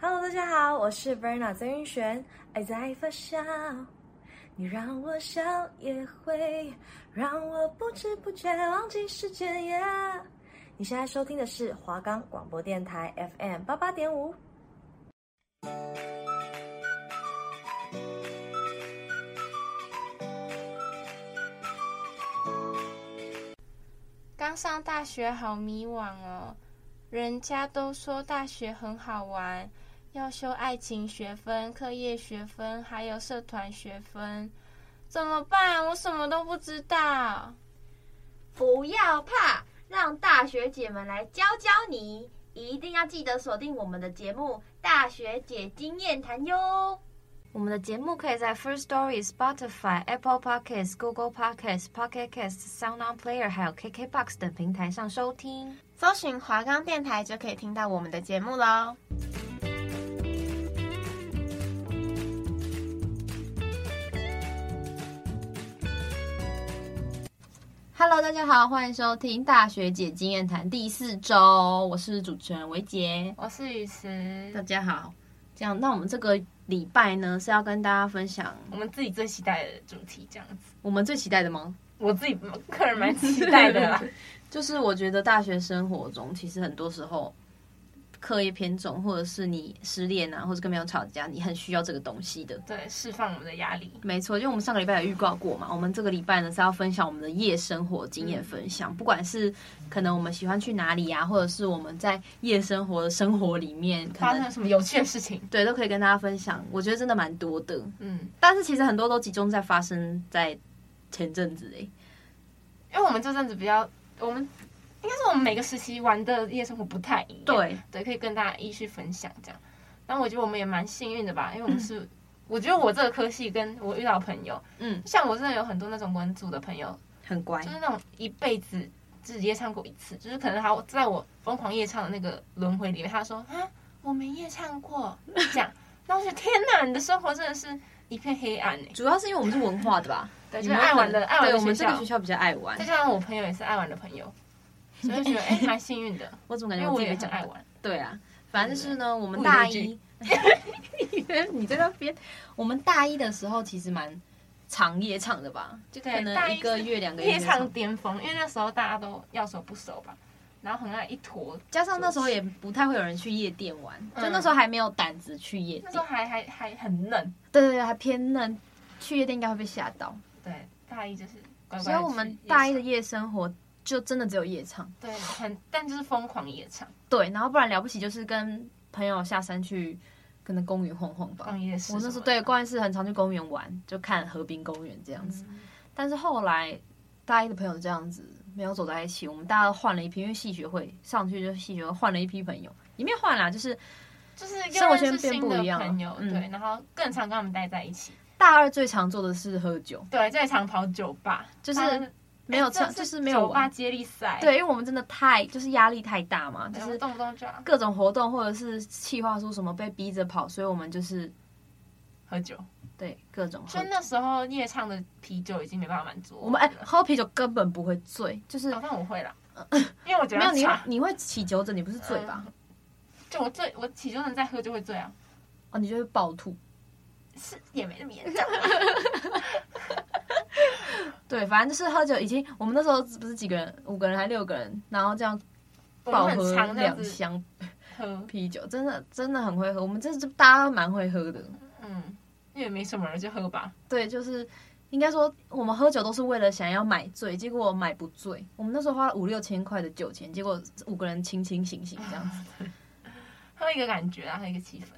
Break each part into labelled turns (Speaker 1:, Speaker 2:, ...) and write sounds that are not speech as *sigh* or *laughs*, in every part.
Speaker 1: Hello，大家好，我是 Verna 曾云璇，爱在发酵，你让我笑，也会让我不知不觉忘记时间耶。你现在收听的是华冈广播电台 FM 八八点五。
Speaker 2: 刚上大学好迷惘哦，人家都说大学很好玩，要修爱情学分、课业学分，还有社团学分，怎么办？我什么都不知道。
Speaker 3: 不要怕，让大学姐们来教教你。一定要记得锁定我们的节目《大学姐经验谈》哟。
Speaker 4: 我们的节目可以在 First Story、Spotify、Apple Podcasts、Google Podcasts、Pocket Casts、Sound On Player 还有 KKBox 等平台上收听。
Speaker 5: 搜寻华冈电台就可以听到我们的节目喽。
Speaker 3: Hello，大家好，欢迎收听《大学姐经验谈》第四周，我是主持人维杰。
Speaker 2: 我是雨
Speaker 3: 大
Speaker 2: 石，
Speaker 3: 家好，这样，那我们这个礼拜呢是要跟大家分享
Speaker 2: 我们自己最期待的主题这样子，
Speaker 3: 我们最期待的吗？
Speaker 2: 我自己个人蛮期待的 *laughs* 啦。
Speaker 3: 就是我觉得大学生活中，其实很多时候课业偏重，或者是你失恋啊，或者跟朋友吵架，你很需要这个东西的。
Speaker 2: 对，释放我们的压力。
Speaker 3: 没错，因为我们上个礼拜有预告过嘛，我们这个礼拜呢是要分享我们的夜生活经验分享，不管是可能我们喜欢去哪里啊，或者是我们在夜生活的生活里面，可
Speaker 2: 发生
Speaker 3: 能
Speaker 2: 了什么有趣的事情？
Speaker 3: 对都可以跟大家分享。我觉得真的蛮多的，
Speaker 2: 嗯，
Speaker 3: 但是其实很多都集中在发生在前阵子欸诶、
Speaker 2: 因为我们这阵子比较，我们应该是我们每个时期玩的夜生活不太一样。
Speaker 3: 对，
Speaker 2: 对，可以跟大家依序分享这样。然后我觉得我们也蛮幸运的
Speaker 3: 嗯
Speaker 2: 吧，因为我们是，我觉得我这个科系跟我遇到的朋友，
Speaker 3: 嗯，哎
Speaker 2: 像我真的有很多那种文组的朋友，
Speaker 3: 很乖
Speaker 2: 就，是那种一辈子只夜唱过一次，就是可能他在我疯狂夜唱的那个轮回里面，他说啊，我没夜唱过，这样，那我就天哪，你的生活真的是一片黑暗哎、
Speaker 3: 主要是因为我们是文化的吧。
Speaker 2: 对，
Speaker 3: 你
Speaker 2: 就是
Speaker 3: 们
Speaker 2: 爱玩
Speaker 3: 可
Speaker 2: 的
Speaker 3: 能
Speaker 2: 爱玩
Speaker 3: 对
Speaker 2: 的
Speaker 3: 我们这个
Speaker 2: 校
Speaker 3: 学，校比较爱玩
Speaker 2: 再，加上我朋友也是爱玩的朋友，所以就觉得哎蛮、幸运
Speaker 4: *laughs*
Speaker 2: 的，
Speaker 3: 我怎么
Speaker 2: 因
Speaker 3: 感
Speaker 2: 为
Speaker 3: 觉
Speaker 2: 我
Speaker 3: 自己比
Speaker 2: 也
Speaker 3: 较
Speaker 2: 很爱玩，
Speaker 3: 对啊，反正就是呢，我们
Speaker 2: 物以
Speaker 3: 大
Speaker 2: 类聚
Speaker 3: 一， *laughs* 你在那边，我们大一的时候其实蛮常夜唱的吧，就可
Speaker 2: 对大
Speaker 3: 能
Speaker 2: 一
Speaker 3: 一个月两个月夜
Speaker 2: 夜唱，巅峰，因为那时候大家都要熟不熟吧，然后很爱一坨，
Speaker 3: 加上那时候也不太会有人去夜店玩，
Speaker 2: 嗯
Speaker 3: 就那时候还没有胆子去夜
Speaker 2: 那时候
Speaker 3: 店，
Speaker 2: 还还还很嫩，
Speaker 4: 对对对，还偏嫩，去夜店应该会被吓到。
Speaker 2: 对，大一就是乖乖地去夜唱。
Speaker 4: 所以我们大一的夜生活就真的只有夜唱，
Speaker 2: 对，很但就是疯狂夜唱，
Speaker 4: 对，然后不然了不起就是跟朋友下山去，可能公园晃晃吧。
Speaker 2: 逛夜市什
Speaker 4: 我
Speaker 2: 么的。
Speaker 4: 那时候对关键是很常去公园玩，就看河滨公园这样子。
Speaker 2: 嗯
Speaker 4: 但是后来大一的朋友这样子没有走在一起，我们大家换了一批，因为系学会上去就系学会换了一批朋友，也没有换啦，就是
Speaker 2: 就是
Speaker 4: 生
Speaker 2: 又
Speaker 4: 活
Speaker 2: 认
Speaker 4: 圈
Speaker 2: 识
Speaker 4: 变
Speaker 2: 新
Speaker 4: 不
Speaker 2: 的
Speaker 4: 一样了
Speaker 2: 朋友，
Speaker 4: 嗯
Speaker 2: 对，然后更常跟他们待在一起，
Speaker 4: 大二最常做的是喝酒，
Speaker 2: 对，最常跑酒吧，
Speaker 4: 就是
Speaker 2: 他们
Speaker 4: 没有
Speaker 2: 哎这
Speaker 4: 唱，就是没有
Speaker 2: 酒吧
Speaker 4: 玩。
Speaker 2: 接力赛，
Speaker 4: 对，因为我们真的太就是压力太大嘛，
Speaker 2: 对，
Speaker 4: 就
Speaker 2: 就是动不动就要
Speaker 4: 各种活动或者是企划书什么被逼着跑，所以我们就是
Speaker 2: 喝酒。
Speaker 4: 对各种喝
Speaker 2: 所以。那时候夜唱的啤酒已经没办法满足
Speaker 4: 我们哎、
Speaker 2: 了
Speaker 4: 喝啤酒根本不会醉，就是
Speaker 2: 哦，但我会啦，因为我觉得
Speaker 4: 呃没有你会
Speaker 2: 茶
Speaker 4: 你会起酒疹，你不是醉吧？
Speaker 2: 呃就我醉，我起就能再喝就会醉啊，
Speaker 4: 哦，你就会暴吐。
Speaker 2: 是也没那么严
Speaker 4: *laughs*
Speaker 2: 重。
Speaker 4: 对，反正就是喝酒已经，我们那时候不是几个人，五个人还六个人，然后这样
Speaker 2: 我
Speaker 4: 爆
Speaker 2: 们很
Speaker 4: 喝
Speaker 2: 常这样
Speaker 4: 两
Speaker 2: 子
Speaker 4: 箱
Speaker 2: 喝，
Speaker 4: *laughs* 啤酒，真的真的很会喝。我们这这大家都蛮会喝的，
Speaker 2: 嗯，因为没什么人就喝吧。
Speaker 4: 对，就是应该说我们喝酒都是为了想要买醉，结果买不醉。我们那时候花了五六千块的酒钱，结果五个人清清醒醒这样子，
Speaker 2: 啊喝一个感觉啊，喝一个气氛。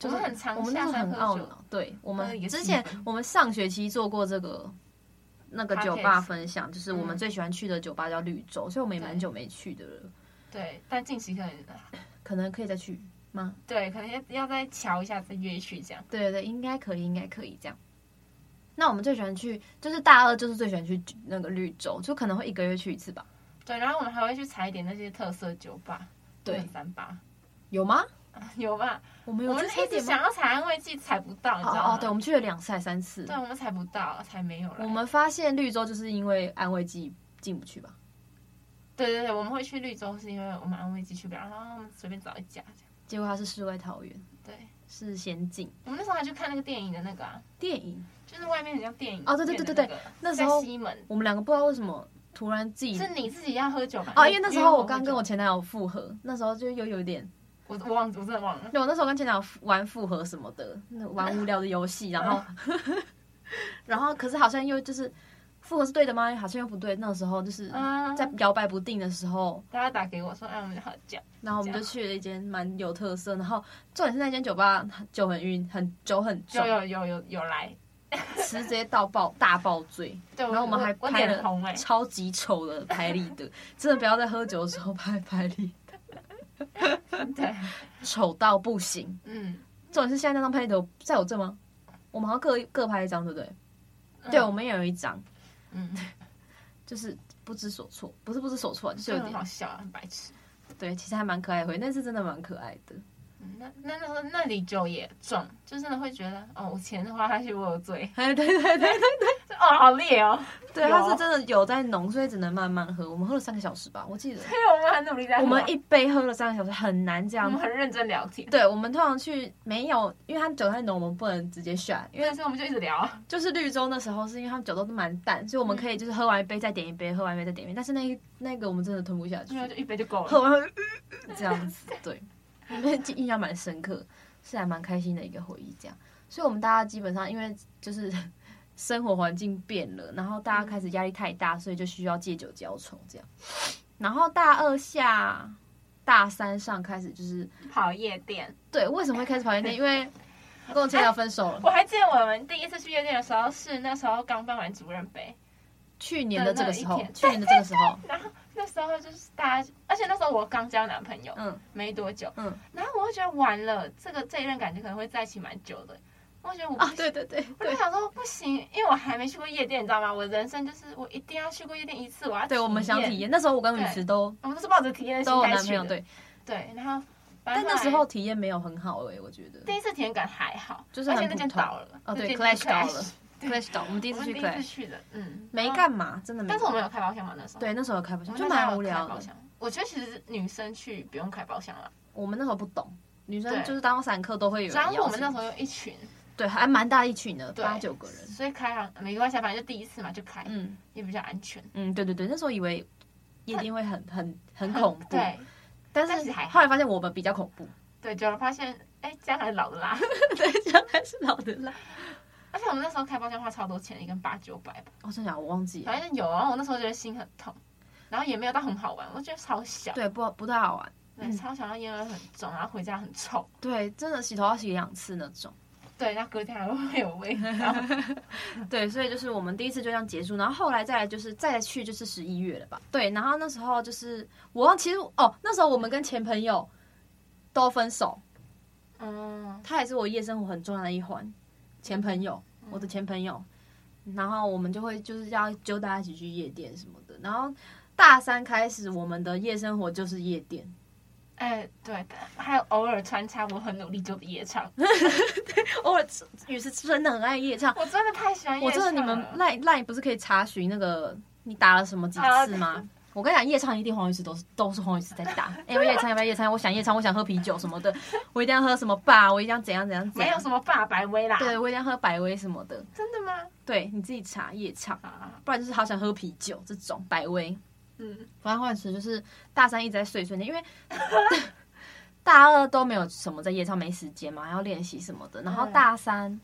Speaker 4: 就是
Speaker 2: 我们很常
Speaker 4: 我们那时候
Speaker 2: 下山
Speaker 4: 很
Speaker 2: 喝
Speaker 4: 懊
Speaker 2: 酒
Speaker 4: 恼。对我
Speaker 2: 喝一
Speaker 4: 们
Speaker 2: 个
Speaker 4: 之
Speaker 2: 气
Speaker 4: 前
Speaker 2: 氛
Speaker 4: 我们上学期做过这个。那个酒吧
Speaker 2: Podcast
Speaker 4: 分享，就是我
Speaker 2: 嗯
Speaker 4: 们最喜欢去的酒吧叫绿洲，所以我们也蛮
Speaker 2: 对
Speaker 4: 久没去的了，
Speaker 2: 对，但近期可能啊
Speaker 4: 可能可以再去吗？
Speaker 2: 对，可能要要再瞧一下，再约去这样。
Speaker 4: 对对对，应该可以，应该可以这样。那我们最喜欢去，就是大二就是最喜欢去那个绿洲，就可能会一个月去一次吧。
Speaker 2: 对，然后我们还会去踩一点那些特色酒吧，
Speaker 4: 对
Speaker 2: 那种三八 *laughs*
Speaker 4: 有吗？
Speaker 2: 有吧？
Speaker 4: 我们
Speaker 2: 我
Speaker 4: 有
Speaker 2: 们
Speaker 4: 去
Speaker 2: 一
Speaker 4: 踩
Speaker 2: 直
Speaker 4: 点吗？
Speaker 2: 想要踩安慰剂，踩不到，你
Speaker 4: 哦
Speaker 2: 知道吗？
Speaker 4: 哦，对，我们去了两次还三次。
Speaker 2: 对，我啊们踩不到，踩没有了。
Speaker 4: 我们发现绿洲就是因为安慰剂进不去吧？
Speaker 2: 对对对，我们会去绿洲，是因为我们安慰剂去不了，然后我们随便找一家这样。
Speaker 4: 结果它是世外桃源，
Speaker 2: 对，
Speaker 4: 是仙境
Speaker 2: 我们那时候还去看那个电影的那个啊，
Speaker 4: 电影。
Speaker 2: 就是外面很像电影
Speaker 4: 哦对对对对对
Speaker 2: 院的那
Speaker 4: 那
Speaker 2: 个
Speaker 4: 时候
Speaker 2: 在西门
Speaker 4: 我们两个不知道为什么突然自己
Speaker 2: 是你自己要喝酒吗？
Speaker 4: 啊，因为那时候我刚跟我
Speaker 2: 我
Speaker 4: 前男友复合，那时候就又有点，
Speaker 2: 我我忘我真的忘了，
Speaker 4: 对我那时候跟前男友玩复合什么的，那玩无聊的游戏，然
Speaker 2: *laughs*
Speaker 4: 后，然后可是好像又就是复合是对的吗？好像又不对，那时候就是
Speaker 2: 嗯，
Speaker 4: 在摇摆不定的时候，
Speaker 2: 大家打给我说，哎，我们好讲，
Speaker 4: 然后我们就去了一间蛮有特色，然后重点是那间酒吧酒很晕，很酒很
Speaker 2: 就
Speaker 4: 重，
Speaker 2: 有有有有来，
Speaker 4: 吃直接到爆大爆
Speaker 2: *laughs*
Speaker 4: 醉，
Speaker 2: 对，
Speaker 4: 然后我们还
Speaker 2: 我
Speaker 4: 拍
Speaker 2: 脸
Speaker 4: 了
Speaker 2: 红哎，
Speaker 4: 超级丑的拍立得，真的不要在喝酒的时候拍拍立得，
Speaker 2: 对，
Speaker 4: 丑到不行。
Speaker 2: 嗯，
Speaker 4: 重点是现在那张拍立得在我这吗？我们好像各各拍一张，对不对？
Speaker 2: 嗯
Speaker 4: *laughs* 对，我们也有一张，
Speaker 2: 嗯，
Speaker 4: 就是不知所措，不是不知所措啊，就是
Speaker 2: 就
Speaker 4: 有
Speaker 2: 很好
Speaker 4: 点
Speaker 2: 笑，很白痴。
Speaker 4: 对，其实还蛮可爱的回忆，那次真的蛮可爱的。 *laughs*
Speaker 2: 嗯那那那时候那里酒也重，就真的会觉得哦，我钱花下去我有罪，
Speaker 4: 哎，对对
Speaker 2: *laughs*
Speaker 4: 对对，
Speaker 2: 就哦好烈哦。 *laughs*
Speaker 4: 对，
Speaker 2: 有
Speaker 4: 它是真的有在浓，所以只能慢慢喝。我们喝了三个小时吧，我
Speaker 2: *laughs*
Speaker 4: 记得
Speaker 2: 因为我们很努力在喝，
Speaker 4: 我们一杯喝了三个小时，很难这
Speaker 2: 我
Speaker 4: 样
Speaker 2: 们。很认真聊天，
Speaker 4: *laughs* 对，我们通常去没有，因为它酒太浓，我们不能直接下，因
Speaker 2: 因为
Speaker 4: 为
Speaker 2: 所以我们就一直聊，
Speaker 4: 就是绿洲那时候是因为他们酒都是蛮淡，所以我
Speaker 2: 嗯
Speaker 4: 们可以就是喝完一杯再点一杯，喝完一杯再点一杯。但是那一那个我们真的吞不下去，
Speaker 2: 啊因为就一杯就够
Speaker 4: 喝
Speaker 2: 了。
Speaker 4: 完会呃这样子， *laughs* 对，因为印象蛮深刻，是还蛮开心的一个回忆。这样，所以我们大家基本上因为就是 *laughs* 生活环境变了，然后大家开始压力太大，所以就需要借酒浇愁这样。然后大二下、大三上开始就是
Speaker 2: 跑夜店，
Speaker 4: 对，为什么会开始跑夜店？因为跟我前男友分手了，
Speaker 2: 我还记得我们第一次去夜店的时候是那时候刚办完主任杯，
Speaker 4: 去年的这个时候
Speaker 2: 对那，一天
Speaker 4: 去年的这个时候，
Speaker 2: 然后那时候就是大家，而且那时候我刚交男朋友 *laughs*
Speaker 4: 嗯，
Speaker 2: 没多久，
Speaker 4: 嗯，
Speaker 2: 然后我就觉得完了，这个这一任感觉可能会在一起蛮久的，我觉得我不
Speaker 4: 啊，
Speaker 2: 行
Speaker 4: 对对对
Speaker 2: 我就 *laughs*
Speaker 4: 对。
Speaker 2: 想说不行，因为我还没去过夜店，你知道吗？我人生就是我一定要去过夜店一次，我要
Speaker 4: 对，我们想体
Speaker 2: 验。
Speaker 4: 验。那时候我跟雨池都
Speaker 2: 我们都是抱着体验的
Speaker 4: 都
Speaker 2: 心
Speaker 4: 有
Speaker 2: 态
Speaker 4: 男
Speaker 2: 去
Speaker 4: 朋友，
Speaker 2: 的，
Speaker 4: 对，
Speaker 2: 对。然后，
Speaker 4: 但
Speaker 2: 但
Speaker 4: 那时候体验没有很好诶，我觉得。
Speaker 2: 第一次体验感还好，
Speaker 4: 就是
Speaker 2: 而
Speaker 4: 很
Speaker 2: 且那间
Speaker 4: 普通
Speaker 2: 倒了，那
Speaker 4: 哦，对
Speaker 2: 间
Speaker 4: ，Clash
Speaker 2: 就
Speaker 4: 倒
Speaker 2: Clash
Speaker 4: 了，Clash 倒，我们第一
Speaker 2: 我
Speaker 4: 次
Speaker 2: 们第
Speaker 4: 去
Speaker 2: 一次
Speaker 4: Clash，
Speaker 2: 去的，嗯，
Speaker 4: 没
Speaker 2: 然后，
Speaker 4: 干嘛，真的没
Speaker 2: 但
Speaker 4: 干嘛。
Speaker 2: 是我们有开包厢嘛那时候，
Speaker 4: 对那时候有开包厢，
Speaker 2: 我们
Speaker 4: 就
Speaker 2: 那时候
Speaker 4: 蛮
Speaker 2: 有
Speaker 4: 无
Speaker 2: 开
Speaker 4: 聊
Speaker 2: 包
Speaker 4: 的。
Speaker 2: 厢。我觉得其实女生去不用开包厢了，
Speaker 4: 我们那时候不懂，女生
Speaker 2: 对
Speaker 4: 就是当散客都会有人
Speaker 2: 然
Speaker 4: 邀
Speaker 2: 后我
Speaker 4: 请。
Speaker 2: 们那时候有一群，
Speaker 4: 对还蛮大一群的，
Speaker 2: 对
Speaker 4: 八九个人。
Speaker 2: 所以开好没关系啊，反正就第一次嘛，就开
Speaker 4: 嗯
Speaker 2: 也比较安全，
Speaker 4: 嗯，对对对，那时候以为夜店会很很很恐怖，
Speaker 2: 对
Speaker 4: 但
Speaker 2: 但
Speaker 4: 是
Speaker 2: 是还好
Speaker 4: 后来发现我们比较恐怖。
Speaker 2: *laughs* 对，久了发现，哎，姜还是老的辣。
Speaker 4: 对，原来是老的辣。
Speaker 2: *laughs* 而且我们那时候开包厢花超多钱，一个人八九百吧，
Speaker 4: 哦我真的假的我忘记了。
Speaker 2: 反正有啊。然后我那时候觉得心很痛，然后也没有到很好玩，我觉得超小，
Speaker 4: 对，嗯不不太好玩。
Speaker 2: 对，超小，然后烟味很重，然后回家很臭，
Speaker 4: 对，真的洗头要洗两次那种。
Speaker 2: 对，然后隔天还会有味 *laughs* 道。
Speaker 4: 对，所以就是我们第一次就这样结束，然后后来再来就是再来去就是十一月了吧？对，然后那时候就是我忘其实哦，那时候我们跟前朋友都分手，
Speaker 2: 嗯，
Speaker 4: 他也是我夜生活很重要的一环，前朋友，我的前朋友，然后我们就会就是要揪大家一起去夜店什么的，然后大三开始我们的夜生活就是夜店，
Speaker 2: 哎，对的，还有偶尔穿插我很努力做的夜
Speaker 4: *laughs*
Speaker 2: 场，
Speaker 4: 偶尔雨是哦真的很爱夜唱，
Speaker 2: 我真的太喜欢夜啊
Speaker 4: 我
Speaker 2: 场
Speaker 4: 真
Speaker 2: 了。
Speaker 4: 的你们赖赖不是可以查询那个你打了什么几次
Speaker 2: 啊
Speaker 4: 吗？我跟你讲，夜唱一定黄雨池都是都是黄雨池在打。哎、要不要夜唱，要不要夜唱？我想夜唱，我想喝啤酒什么的，我一定要喝什么霸，我一定要怎样怎样怎
Speaker 2: 没有
Speaker 4: 样。
Speaker 2: 什么霸白威啦，
Speaker 4: 对，，我一定要喝百威什么的。
Speaker 2: 真的吗？
Speaker 4: 对，你自己查夜唱，
Speaker 2: 啊，
Speaker 4: 不然就是好想喝啤酒这种百威。
Speaker 2: 嗯，
Speaker 4: 反正黄雨池就是大三一直在碎碎念，因为 *laughs* 大二都没有什么在夜唱，没时间嘛，还要练习什么的。然后
Speaker 2: 嗯
Speaker 4: 大三，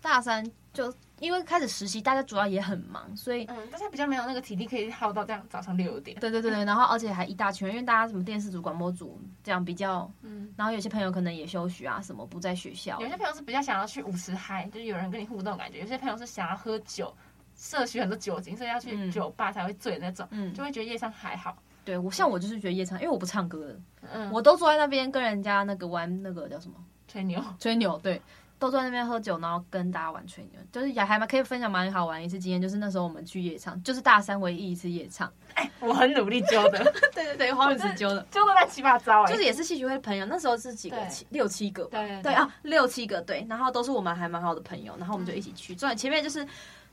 Speaker 4: 大三就因为开始实习，大家主要也很忙，所以
Speaker 2: 嗯，大家比较没有那个体力可以耗到这样早上六点。
Speaker 4: 对对对对，然后而且还一大群人，因为大家什么电视组、广播组这样比较，
Speaker 2: 嗯，
Speaker 4: 然后有些朋友可能也休学啊，什么不在学校
Speaker 2: 有，些朋友是比较想要去舞池嗨，就是有人跟你互动的感觉；有些朋友是想要喝酒，摄取很多酒精，所以要
Speaker 4: 嗯
Speaker 2: 去酒吧才会醉的那种，
Speaker 4: 嗯
Speaker 2: 就会觉得夜唱还好。
Speaker 4: 对我像我就是觉得夜场，因为我不唱歌的，
Speaker 2: 嗯，
Speaker 4: 我都坐在那边跟人家那个玩那个叫什么
Speaker 2: 吹牛，
Speaker 4: 吹牛，对，都坐在那边喝酒，然后跟大家玩吹牛，就是也还蛮可以分享蛮好玩一次经验，就是那时候我们去夜场，就是大三唯一一次夜场，
Speaker 2: 我很努力揪的，
Speaker 4: *laughs* 对对对，花子 *laughs* 揪的。
Speaker 2: 揪的乱七八糟哎、
Speaker 4: 就是也是戏剧会的朋友，那时候是几个
Speaker 2: 对
Speaker 4: 七六七个吧，
Speaker 2: 对对
Speaker 4: 对啊，六七个对，然后都是我们还蛮好的朋友，然后我们就一起去。重点前面就是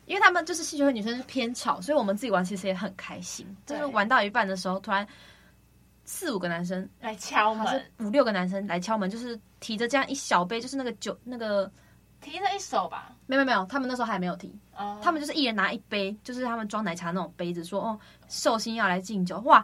Speaker 4: 因为他们就是戏剧会女生是偏吵，所以我们自己玩其实也很开心。就
Speaker 2: 对
Speaker 4: 是玩到一半的时候，突然四五个男生，
Speaker 2: 来敲
Speaker 4: 还是
Speaker 2: 门，
Speaker 4: 五六个男生来敲门，就是提着这样一小杯，就是那个酒那个。
Speaker 2: 提着一手吧。
Speaker 4: 没有没有没有，他们那时候还没有提，
Speaker 2: 哦，
Speaker 4: 他们就是一人拿一杯，就是他们装奶茶那种杯子，说哦，寿星要来敬酒，哇，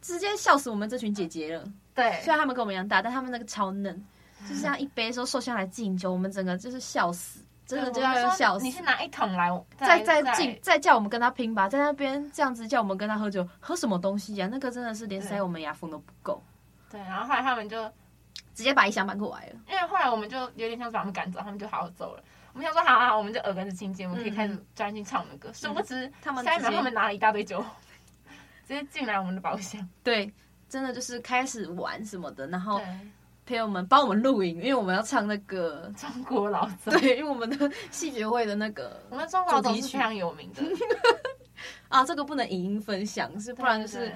Speaker 4: 直接笑死我们这群姐姐了。
Speaker 2: 对
Speaker 4: 虽然他们跟我们一样大，但他们那个超嫩，就是这样一杯说寿星要来敬酒，我们整个就是笑死，真的就
Speaker 2: 我
Speaker 4: 要
Speaker 2: 说
Speaker 4: 笑死
Speaker 2: 你。是拿一桶来，
Speaker 4: 再
Speaker 2: 再
Speaker 4: 再敬，再叫我们跟他拼吧，在那边这样子叫我们跟他喝酒，喝什么东西呀、那个真的是连塞
Speaker 2: 对
Speaker 4: 我们牙缝都不够，
Speaker 2: 对，然后后来他们就，
Speaker 4: 直接把一箱搬过来了。
Speaker 2: 因为后来我们就有点像是把他们赶走，他们就好好走了。我们想说，好好好，我们就耳根子清净，我们可以开始专心唱我们的歌。殊不知，
Speaker 4: 嗯他们
Speaker 2: 下一秒
Speaker 4: 直接
Speaker 2: 他们拿了一大堆酒，直接进来我们的包厢。
Speaker 4: 对，真的就是开始玩什么的，然后
Speaker 2: 对，
Speaker 4: 陪我们帮我们录影，因为我们要唱那个，
Speaker 2: 中国老总，
Speaker 4: *laughs* 对，因为我们的戏剧会的那个
Speaker 2: 我们中国老总
Speaker 4: 主
Speaker 2: 是
Speaker 4: 题曲
Speaker 2: 非常有名的，
Speaker 4: 啊，这个不能影音分享，是 *laughs* 不然就是
Speaker 2: 对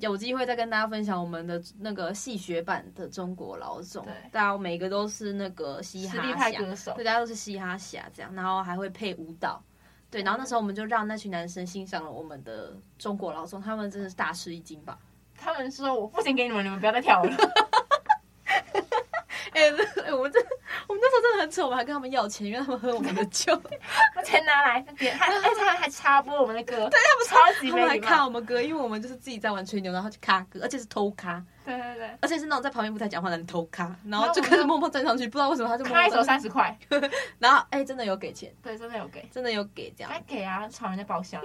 Speaker 4: 有机会再跟大家分享我们的那个戏学版的中国老总
Speaker 2: 对，
Speaker 4: 大家每个都是那个嘻
Speaker 2: 对
Speaker 4: 哈
Speaker 2: 实力派
Speaker 4: 侠
Speaker 2: 歌手
Speaker 4: 对，，大家都是嘻哈侠这样，然后还会配舞蹈。对，然后那时候我们就让那群男生欣赏了我们的中国老总，他们真的是大吃一惊吧？
Speaker 2: 他们说我付钱给你们，你们不要再跳了。
Speaker 4: 哎、 *laughs* 哎我们这我们那时候真的很丑，我们还跟他们要钱，因为他们喝我们的 *laughs* 酒，
Speaker 2: 把钱拿来，点还还还还插播我们的
Speaker 4: *laughs*
Speaker 2: 歌，对他们超级
Speaker 4: 啊他
Speaker 2: 没
Speaker 4: 们还
Speaker 2: 礼
Speaker 4: 看
Speaker 2: 貌。
Speaker 4: 我们歌，因为我们就是自己在玩吹牛，然后去卡歌，而且是偷卡，
Speaker 2: 对对对，
Speaker 4: 而且是那种在旁边不太讲话的人偷卡，然后
Speaker 2: 那
Speaker 4: 就
Speaker 2: 我
Speaker 4: 跟着
Speaker 2: 们
Speaker 4: 默默站上去，不知道为什么他就默默
Speaker 2: 开一手
Speaker 4: 站上
Speaker 2: 三十块，
Speaker 4: 去，然后哎、真的有给钱，
Speaker 2: 对，真的有给，
Speaker 4: 真的有给这样
Speaker 2: 还，给啊，吵人家包
Speaker 4: *laughs*
Speaker 2: 厢。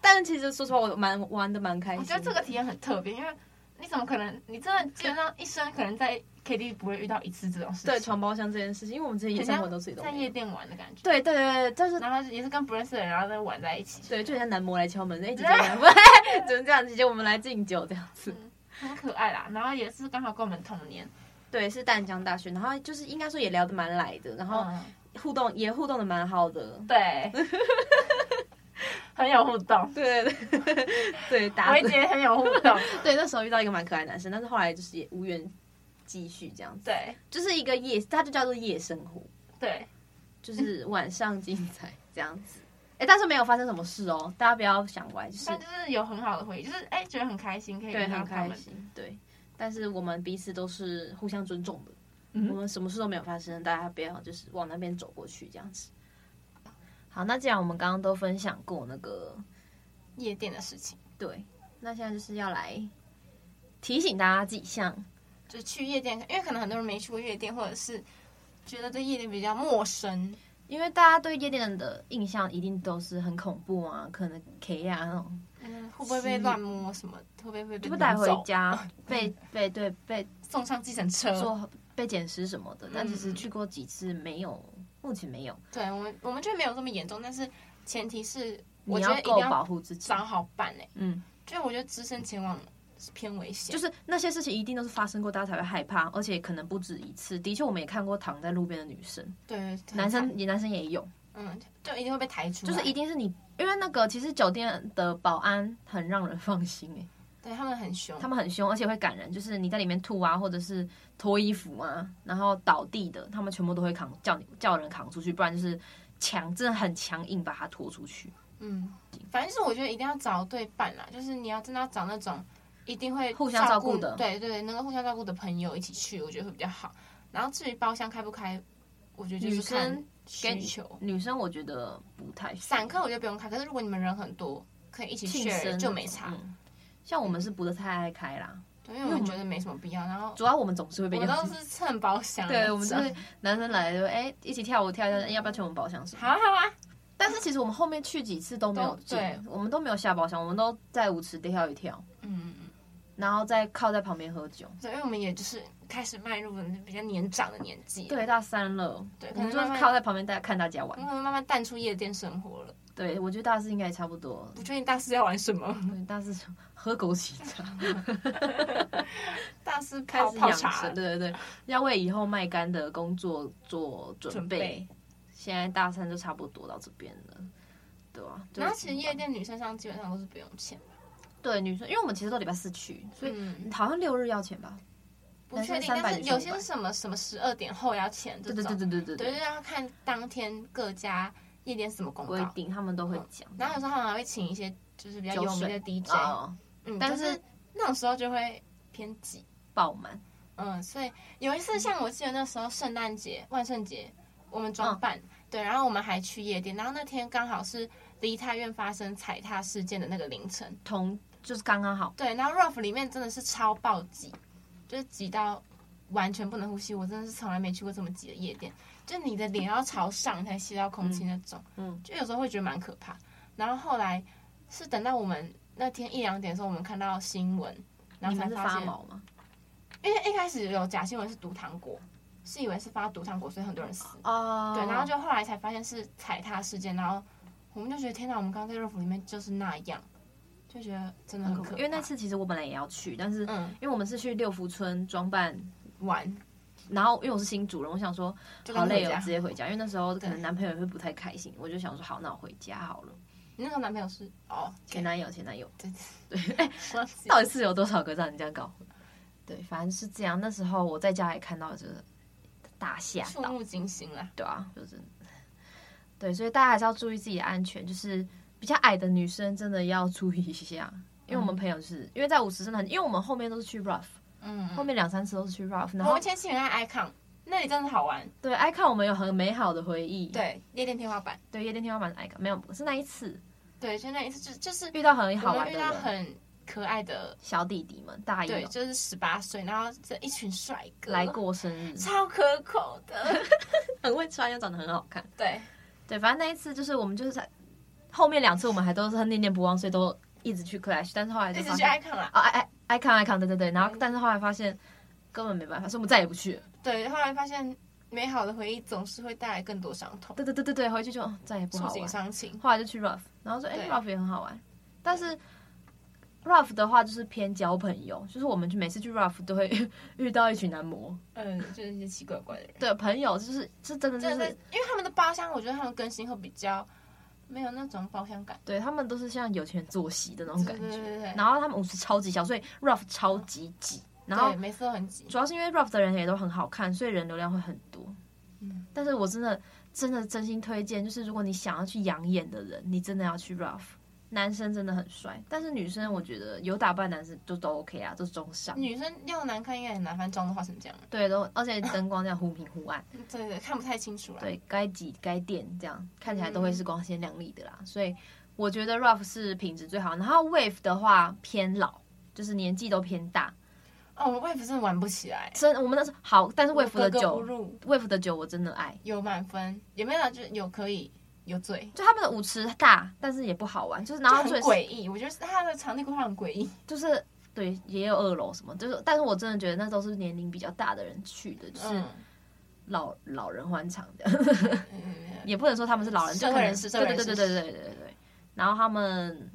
Speaker 4: 但其实说实话，我蛮玩的蛮开
Speaker 2: 我
Speaker 4: 心的。
Speaker 2: 觉得这个体验很特别，因为你怎么可能，你真的基本上一生可能在 KTV 不会遇到一次这种事情，
Speaker 4: 对床包厢这件事情，因为我们之前夜
Speaker 2: 很
Speaker 4: 生
Speaker 2: 像
Speaker 4: 活都自己都
Speaker 2: 在
Speaker 4: 没有
Speaker 2: 夜店玩的感觉。
Speaker 4: *laughs* 对对对，对就是
Speaker 2: 然后也是跟不认识的人，然后再玩在一起，
Speaker 4: 对，就很像男模来敲门，哎、姐姐男模， *laughs* 怎么这样？姐姐我们来敬酒这样子。
Speaker 2: 很可爱啦。然后也是刚好跟我们同年，
Speaker 4: 对，是淡江大学，然后就是应该说也聊得蛮来的，然后
Speaker 2: 嗯，
Speaker 4: 互动、也互动的蛮好的。
Speaker 2: 对， *laughs* 很有互动，
Speaker 4: *laughs* 对对对 *laughs* 对，打
Speaker 2: 我也觉得很有互
Speaker 4: *laughs*
Speaker 2: 动，
Speaker 4: 对那时候遇到一个蛮可爱的男生，但是后来就是也无缘继续这样子，
Speaker 2: 对
Speaker 4: 就是一个夜，他就叫做夜生活，
Speaker 2: 对，
Speaker 4: 就是晚上精彩这样子。哎、但是没有发生什么事哦，大家不要想歪，就是
Speaker 2: 但就是有很好的回忆，就是哎、觉得很开心，可以
Speaker 4: 对，
Speaker 2: 遇到
Speaker 4: 很
Speaker 2: 他
Speaker 4: 开
Speaker 2: 们，
Speaker 4: 心，对。但是我们彼此都是互相尊重的，
Speaker 2: 嗯
Speaker 4: 我们什么事都没有发生，大家不要就是往那边走过去这样子。
Speaker 3: 好，那既然我们刚刚都分享过那个，
Speaker 2: 夜店的事情，
Speaker 4: 对，那现在就是要来提醒大家几项，
Speaker 2: 就是去夜店，因为可能很多人没去过夜店，或者是觉得对夜店比较陌生，
Speaker 4: 因为大家对夜店的印象一定都是很恐怖啊，可能 K 啊那种，
Speaker 2: 嗯，会不会被乱摸什么？会不会被
Speaker 4: 就
Speaker 2: 就
Speaker 4: 不带回家，
Speaker 2: *laughs*
Speaker 4: 被被对被
Speaker 2: 送上计程车？
Speaker 4: 做被捡尸什么的。但其实
Speaker 2: 嗯
Speaker 4: 去过几次没有，目前没有。
Speaker 2: 对我们，我们觉得没有这么严重，但是前提是我
Speaker 4: 你
Speaker 2: 觉得
Speaker 4: 要
Speaker 2: 一定
Speaker 4: 够
Speaker 2: 要
Speaker 4: 保护自己，
Speaker 2: 找好伴哎、
Speaker 4: 嗯，
Speaker 2: 就是我觉得只身前往是偏危险，
Speaker 4: *laughs* 就是那些事情一定都是发生过，大家才会害怕，而且可能不止一次。的确，我们也看过躺在路边的女生，
Speaker 2: 对很
Speaker 4: 男
Speaker 2: 惨
Speaker 4: 生也男生也有，
Speaker 2: 嗯，就一定会被抬出来，
Speaker 4: 就是一定是你，因为那个其实酒店的保安很让人放心欸诶、
Speaker 2: 对他们很凶，
Speaker 4: 他们很凶，而且会感人，就是你在里面吐啊，或者是脱衣服啊，然后倒地的，他们全部都会扛叫你叫人扛出去，不然就是强，真的很强硬把他拖出去。
Speaker 2: 嗯，反正就是我觉得一定要找对伴啦，就是你要真的要找那种一定会
Speaker 4: 互相照顾的
Speaker 2: 对对，能够互相照顾的朋友一起去，我觉得会比较好。然后至于包厢开不开，我觉得就是
Speaker 4: 女生
Speaker 2: 看需
Speaker 4: 跟
Speaker 2: 求。
Speaker 4: 女生我觉得不太
Speaker 2: 散客我觉得不用开，可是如果你们人很多，可以一起
Speaker 4: 庆
Speaker 2: share
Speaker 4: 生
Speaker 2: 就没差。
Speaker 4: 嗯像我们是不太爱开啦，
Speaker 2: 对，因为我们觉得没什么必要。然后
Speaker 4: 主要我们总是会被
Speaker 2: 我
Speaker 4: 邀
Speaker 2: 都
Speaker 4: 请。
Speaker 2: 是蹭包厢那种，
Speaker 4: 对，我们就是 *laughs* 男生来就哎、一起跳舞跳一下，哎要不要去我们包厢什么？
Speaker 2: 好啊好啊，
Speaker 4: 但是其实我们后面去几次都没
Speaker 2: 都
Speaker 4: 有进
Speaker 2: 对，
Speaker 4: 我们都没有下包厢，我们都在舞池跳一跳，
Speaker 2: 嗯，
Speaker 4: 然后再靠在旁边喝酒。
Speaker 2: 对，因为我们也就是开始迈入了比较年长的年纪，，
Speaker 4: 对，大三了，
Speaker 2: 对
Speaker 4: 我
Speaker 2: 可能
Speaker 4: 们就是
Speaker 2: 慢慢
Speaker 4: 靠在旁边大家看大家
Speaker 2: 我
Speaker 4: 玩。
Speaker 2: 们可能慢慢淡出夜店生活了。
Speaker 4: 对，我觉得大四应该也差不多
Speaker 2: 不确定大四要玩什么，
Speaker 4: 对，大四就喝枸杞茶，
Speaker 2: 大四
Speaker 4: 开
Speaker 2: 泡
Speaker 4: 始
Speaker 2: 泡
Speaker 4: 养
Speaker 2: 茶
Speaker 4: 生。，对对对，要为以后卖干的工作做准
Speaker 2: 准
Speaker 4: 备
Speaker 2: 备。
Speaker 4: 现在大三就差不多到这边了，对啊。就
Speaker 2: 然后其实夜店女生上基本上都是不用钱，
Speaker 4: 对女生，因为我们其实都礼拜四去，所以
Speaker 2: 嗯，
Speaker 4: 好像六日要钱吧？
Speaker 2: 不确
Speaker 4: 男
Speaker 2: 定
Speaker 4: 生，300
Speaker 2: 但是
Speaker 4: 女生
Speaker 2: 有些是什么什么十二点后要钱这
Speaker 4: 对
Speaker 2: 种，
Speaker 4: 对对对对对
Speaker 2: 对，就是要看当天各家夜店是什么公
Speaker 4: 规
Speaker 2: 告。
Speaker 4: 定他们都会讲。
Speaker 2: 然后有时候他们还会请一些就是比较有名的 DJ，
Speaker 4: 哦，
Speaker 2: 嗯，
Speaker 4: 但
Speaker 2: 就是是那种时候就会偏挤。
Speaker 3: 爆满。
Speaker 2: 嗯，所以有一次，像我记得那时候圣诞节、万圣节，我们
Speaker 4: 嗯
Speaker 2: 装扮、对，然后我们还去夜店，然后那天刚好是梨泰院发生踩踏事件的那个凌晨，
Speaker 3: 同就是刚刚好，
Speaker 2: 对，然后 rough 里面真的是超暴挤，就是挤到完全不能呼吸。我真的是从来没去过这么挤的夜店，就你的脸要朝上你才吸到空气那种，
Speaker 3: 嗯
Speaker 2: 就有时候会觉得蛮可怕。然后后来是等到我们那天一两点的时候，我们看到新闻，然
Speaker 3: 哦你
Speaker 2: 后
Speaker 3: 们
Speaker 2: 才
Speaker 3: 是
Speaker 2: 发
Speaker 3: 发
Speaker 2: 现，
Speaker 3: 毛吗？
Speaker 2: 因为一开始有假新闻是毒糖果，是以为是发毒糖果，所以很多人死。
Speaker 3: 哦
Speaker 2: 对，然后就后来才发现是踩踏事件，然后我们就觉得天哪，我们刚刚在热府里面就是那样，就觉得真
Speaker 4: 哦
Speaker 2: 的很可怕。
Speaker 3: 因为那次其实我本来也要去，但是
Speaker 2: 嗯
Speaker 3: 因为我们是去六福村装扮，
Speaker 2: 玩
Speaker 3: 然后因为我是新主人，我想说
Speaker 2: 就
Speaker 3: 好
Speaker 2: 跟
Speaker 3: 累
Speaker 2: 回
Speaker 3: 哦
Speaker 2: 家，
Speaker 3: 直接回家，因为那时候可能
Speaker 2: 对
Speaker 3: 男朋友也会不太开心，我就想说好，那我回家好了。
Speaker 2: 你那个男朋友是哦，
Speaker 3: 前男友，前男友，
Speaker 2: 对对，
Speaker 3: 到底是有多少个让人家搞混？
Speaker 4: 对，反正是这样。那时候我在家也看到，就是大吓
Speaker 2: 触
Speaker 4: 到，
Speaker 2: 目惊心啦。
Speaker 4: 对啊，就是对，所以大家还是要注意自己的安全，就是比较矮的女生真的要注意一下，因为我们朋友是、因为在五十真的很，因为我们后面都是去 rough，
Speaker 2: 嗯，
Speaker 4: 后面两三次都是去 rough，然
Speaker 2: 我
Speaker 4: 后
Speaker 2: 们前期很爱 icon，那里真的好玩。
Speaker 4: 对 icon 我们有很美好的回忆，
Speaker 2: 对，夜店天花板，
Speaker 4: 对夜店天花板的 icon 没有，是那一次
Speaker 2: 对，就那一次就就是
Speaker 4: 遇到很
Speaker 2: 我
Speaker 4: 好
Speaker 2: 们
Speaker 4: 玩
Speaker 2: 遇
Speaker 4: 的
Speaker 2: 到
Speaker 4: 人，
Speaker 2: 很可爱的，
Speaker 4: 小弟弟们大一
Speaker 2: 对，
Speaker 4: 哦
Speaker 2: 就是十八岁，然后这一群帅哥
Speaker 4: 来，过生日，
Speaker 2: *laughs* 超可口的。
Speaker 3: 很会穿，又长得很好看。
Speaker 2: *laughs* 对，
Speaker 4: 对，反正那一次就是我们就是在后面两次我们还都是念念不忘，所以都一直去 clash，但是后来就
Speaker 2: 一直
Speaker 4: 发
Speaker 2: 去
Speaker 4: 现
Speaker 2: icon 啦。
Speaker 4: 啊，i i icon icon 对对对，然后但是后来发现根本没办法，所以我们再也不去了。
Speaker 2: 对，后来发现美好的回忆总是会带来更多伤痛，
Speaker 4: 对对对对对，回去就哦再也不
Speaker 2: 触
Speaker 4: 好
Speaker 2: 景
Speaker 4: 玩。
Speaker 2: 伤情。
Speaker 4: 后来就去 rough，然后说哎、
Speaker 2: 对
Speaker 4: rough 也很好玩，但是 rough 的话就是偏交朋友，就是我们去每次去 rough 都会 *laughs* 遇到一群男模，
Speaker 2: 嗯，就是那些奇怪怪的人。
Speaker 4: 对朋友就是是真的就
Speaker 2: 真的，
Speaker 4: 是
Speaker 2: 因为他们的包厢，我觉得他们更新会比较没有那种包厢感。
Speaker 4: 对他们都是像有钱人作息的那种感
Speaker 2: 对对
Speaker 4: 觉，
Speaker 2: 对对，
Speaker 4: 然后他们舞池超级小，所以 rough 超级挤，然后
Speaker 2: 对，每次都很挤。
Speaker 4: 主要是因为 Rough 的人也都很好看，所以人流量会很多。
Speaker 2: 嗯
Speaker 4: 但是我真的真的真心推荐，就是如果你想要去养眼的人，你真的要去 Rough。男生真的很帅，但是女生我觉得有打扮，男生就都 OK 啊，都中上。
Speaker 2: 女生要难看应该很难，反正妆都化成这样了，
Speaker 4: 对，都而且灯光这样忽明忽暗，
Speaker 2: 对对对，看不太清楚了。
Speaker 4: 对该挤该垫这样，看起来都会是
Speaker 2: 嗯
Speaker 4: 光鲜亮丽的啦。所以我觉得 Rough 是品质最好，然后 Wave 的话偏老，就是年纪都偏大。
Speaker 2: 哦，我也不是玩不起来，
Speaker 4: 真我们那时候好，但是 Wave 的
Speaker 2: 格格不
Speaker 4: 酒
Speaker 2: 入，
Speaker 4: ，Wave 的酒我真的爱。
Speaker 2: 有满分，也没有啦就是有可以有醉，
Speaker 4: 就他们的舞池大，但是也不好玩，就是然
Speaker 2: 就
Speaker 4: 后
Speaker 2: 很
Speaker 4: 最
Speaker 2: 诡异。我觉得他的场地规划很诡异。
Speaker 4: 就是对，也有二楼什么，就是但是我真的觉得那都是年龄比较大的人去的，就是
Speaker 2: 嗯
Speaker 4: 老、老人欢场的，
Speaker 2: 嗯
Speaker 4: 也不能说他们是老人，就
Speaker 2: 社会
Speaker 4: 可能
Speaker 2: 人士社
Speaker 4: 对
Speaker 2: 会
Speaker 4: 对
Speaker 2: 人士
Speaker 4: 对对对对对对对。然后他们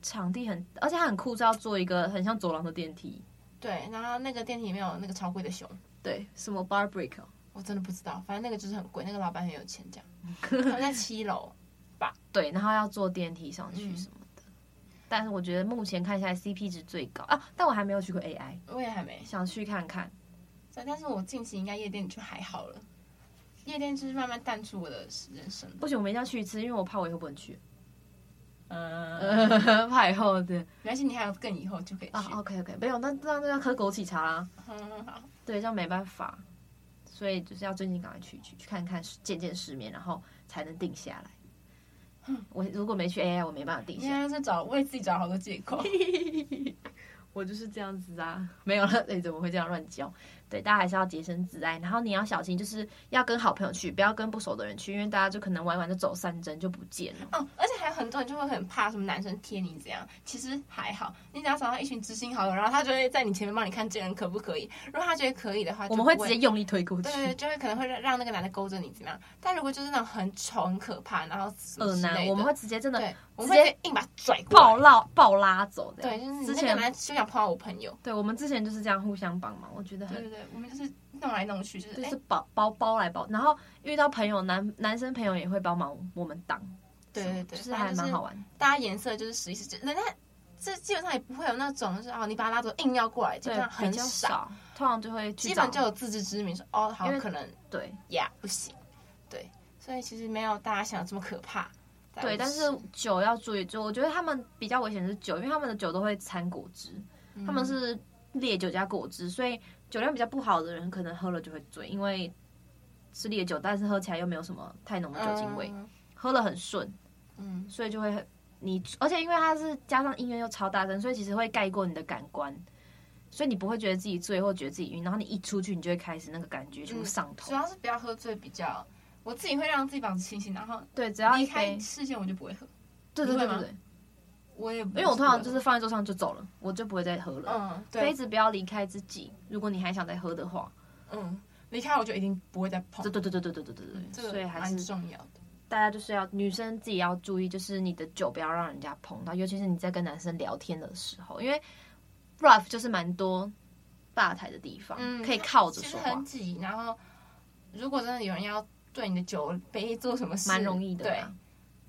Speaker 4: 场地很，而且它很酷，是要做一个很像走廊的电梯，
Speaker 2: 对，然后那个电梯里面有那个超贵的熊，
Speaker 4: 对，什么 bar break，、哦、
Speaker 2: 我真的不知道，反正那个就是很贵，那个老板很有钱这 *laughs* 样。他们在七楼，
Speaker 4: 对，然后要坐电梯上去
Speaker 2: 嗯
Speaker 4: 什么的。但是我觉得目前看下来 CP 值最高啊，但我还没有去过 AI，
Speaker 2: 我也还没。
Speaker 4: 想去看看。
Speaker 2: 对但是我近期应该夜店就还好了，夜店就是慢慢淡出我的人生。
Speaker 4: 不行，我们一定要去一次，因为我怕我以后不能去。 *laughs*
Speaker 2: 嗯，
Speaker 4: 呃，派 *laughs* 后的
Speaker 2: 没关系，你还有更以后就可以去
Speaker 4: 啊。，OK OK，没有，那那那要喝枸杞茶啦，
Speaker 2: 嗯，好，
Speaker 4: 对，这样没办法，所以就是要最近赶快去去去看看，见见世面，然后才能定下来。我如果没去 AI，我没办法定
Speaker 2: 你
Speaker 4: 下
Speaker 2: 现
Speaker 4: 来。
Speaker 2: 在在找为自己找好多借
Speaker 4: *laughs*
Speaker 2: 口。
Speaker 4: 我就是这样子啊，没有了，哎，怎么会这样乱交？对，大家还是要洁身自爱，然后你要小心，就是要跟好朋友去，不要跟不熟的人去，因为大家就可能玩一玩就走三针就不见了。
Speaker 2: 哦，而且还有很多人就会很怕什么男生贴你怎样，其实还好，你只要找到一群知心好友，然后他就会在你前面帮你看这人可不可以。如果他觉得可以的话，
Speaker 4: 我们
Speaker 2: 就
Speaker 4: 会
Speaker 2: 不
Speaker 4: 直接用力推过去，
Speaker 2: 对，就会可能会让让那个男的勾着你怎么样？但如果就是那种很丑、很可怕，然后什么
Speaker 4: 恶
Speaker 2: 之类
Speaker 4: 呃男，
Speaker 2: 的
Speaker 4: 我们会直接真的
Speaker 2: 对，我们
Speaker 4: 直
Speaker 2: 会
Speaker 4: 接
Speaker 2: 直接硬把他拽过来
Speaker 4: 暴拉暴拉走的。
Speaker 2: 对，就是
Speaker 4: 之
Speaker 2: 你那个
Speaker 4: 前
Speaker 2: 男的就想碰到我朋友，
Speaker 4: 对，我们之前就是这样互相帮忙，我觉得
Speaker 2: 对
Speaker 4: 很
Speaker 2: 对对，我们就是弄来弄去，就是
Speaker 4: 就
Speaker 2: 哎、
Speaker 4: 是包包包来包，然后遇到朋友男男生朋友也会帮忙我们挡，
Speaker 2: 对对对，
Speaker 4: 就是
Speaker 2: 反
Speaker 4: 还
Speaker 2: 正
Speaker 4: 蛮
Speaker 2: 就
Speaker 4: 好
Speaker 2: 是
Speaker 4: 玩。
Speaker 2: 大家颜色就是使一使，就人家这基本上也不会有那种就是哦，你把他拉走硬要过来，基
Speaker 4: 对
Speaker 2: 本上，
Speaker 4: 比
Speaker 2: 很
Speaker 4: 较，少，通常就会去
Speaker 2: 基
Speaker 4: 找
Speaker 2: 本就有自知之明，说哦，好
Speaker 4: 因为
Speaker 2: 可能
Speaker 4: 对
Speaker 2: 呀不行，对，所以其实没有大家想的这么可怕。哎
Speaker 4: 对，但是酒
Speaker 2: 嗯
Speaker 4: 要注意，就我觉得他们比较危险的是酒，因为他们的酒都会掺果汁，他们是烈酒加果汁，所以酒量比较不好的人可能喝了就会醉，因为是烈酒，但是喝起来又没有什么太浓的酒精味，喝了很顺，
Speaker 2: 嗯，
Speaker 4: 所以就会很你，而且因为它是加上音乐又超大声，所以其实会盖过你的感官，所以你不会觉得自己醉或觉得自己晕，然后你一出去，你就会开始那个感觉全部上
Speaker 2: 嗯
Speaker 4: 头。
Speaker 2: 主要是不要喝醉比较，我自己会让自己保持清醒，然后
Speaker 4: 对，只要
Speaker 2: 离
Speaker 4: 一
Speaker 2: 开
Speaker 4: 杯，
Speaker 2: 视线我就不会喝，
Speaker 4: 对对对对
Speaker 2: 你会嗯
Speaker 4: 对，
Speaker 2: 我也因
Speaker 4: 因为我通常就是放在桌上就走了，我就不会再喝了。
Speaker 2: 嗯
Speaker 4: 杯
Speaker 2: 对
Speaker 4: 子不要离开自己，如果你还想再喝的话，
Speaker 2: 嗯离开我就一定不会再碰
Speaker 4: 对，对对对对对对对
Speaker 2: 哦嗯这
Speaker 4: 对，所以
Speaker 2: 个
Speaker 4: 还
Speaker 2: 蛮
Speaker 4: 是
Speaker 2: 重要的。
Speaker 4: 大家就是要女生自己要注意，就是你的酒不要让人家碰到，尤其是你在跟男生聊天的时候，因为 rough 就是蛮多吧台的地方，
Speaker 2: 嗯
Speaker 4: 可以靠着
Speaker 2: 其实
Speaker 4: 说话
Speaker 2: 很，挤，然后如果真的有人要对你的酒杯做什么事，
Speaker 4: 蛮容易的啊
Speaker 2: 对
Speaker 4: 啦，。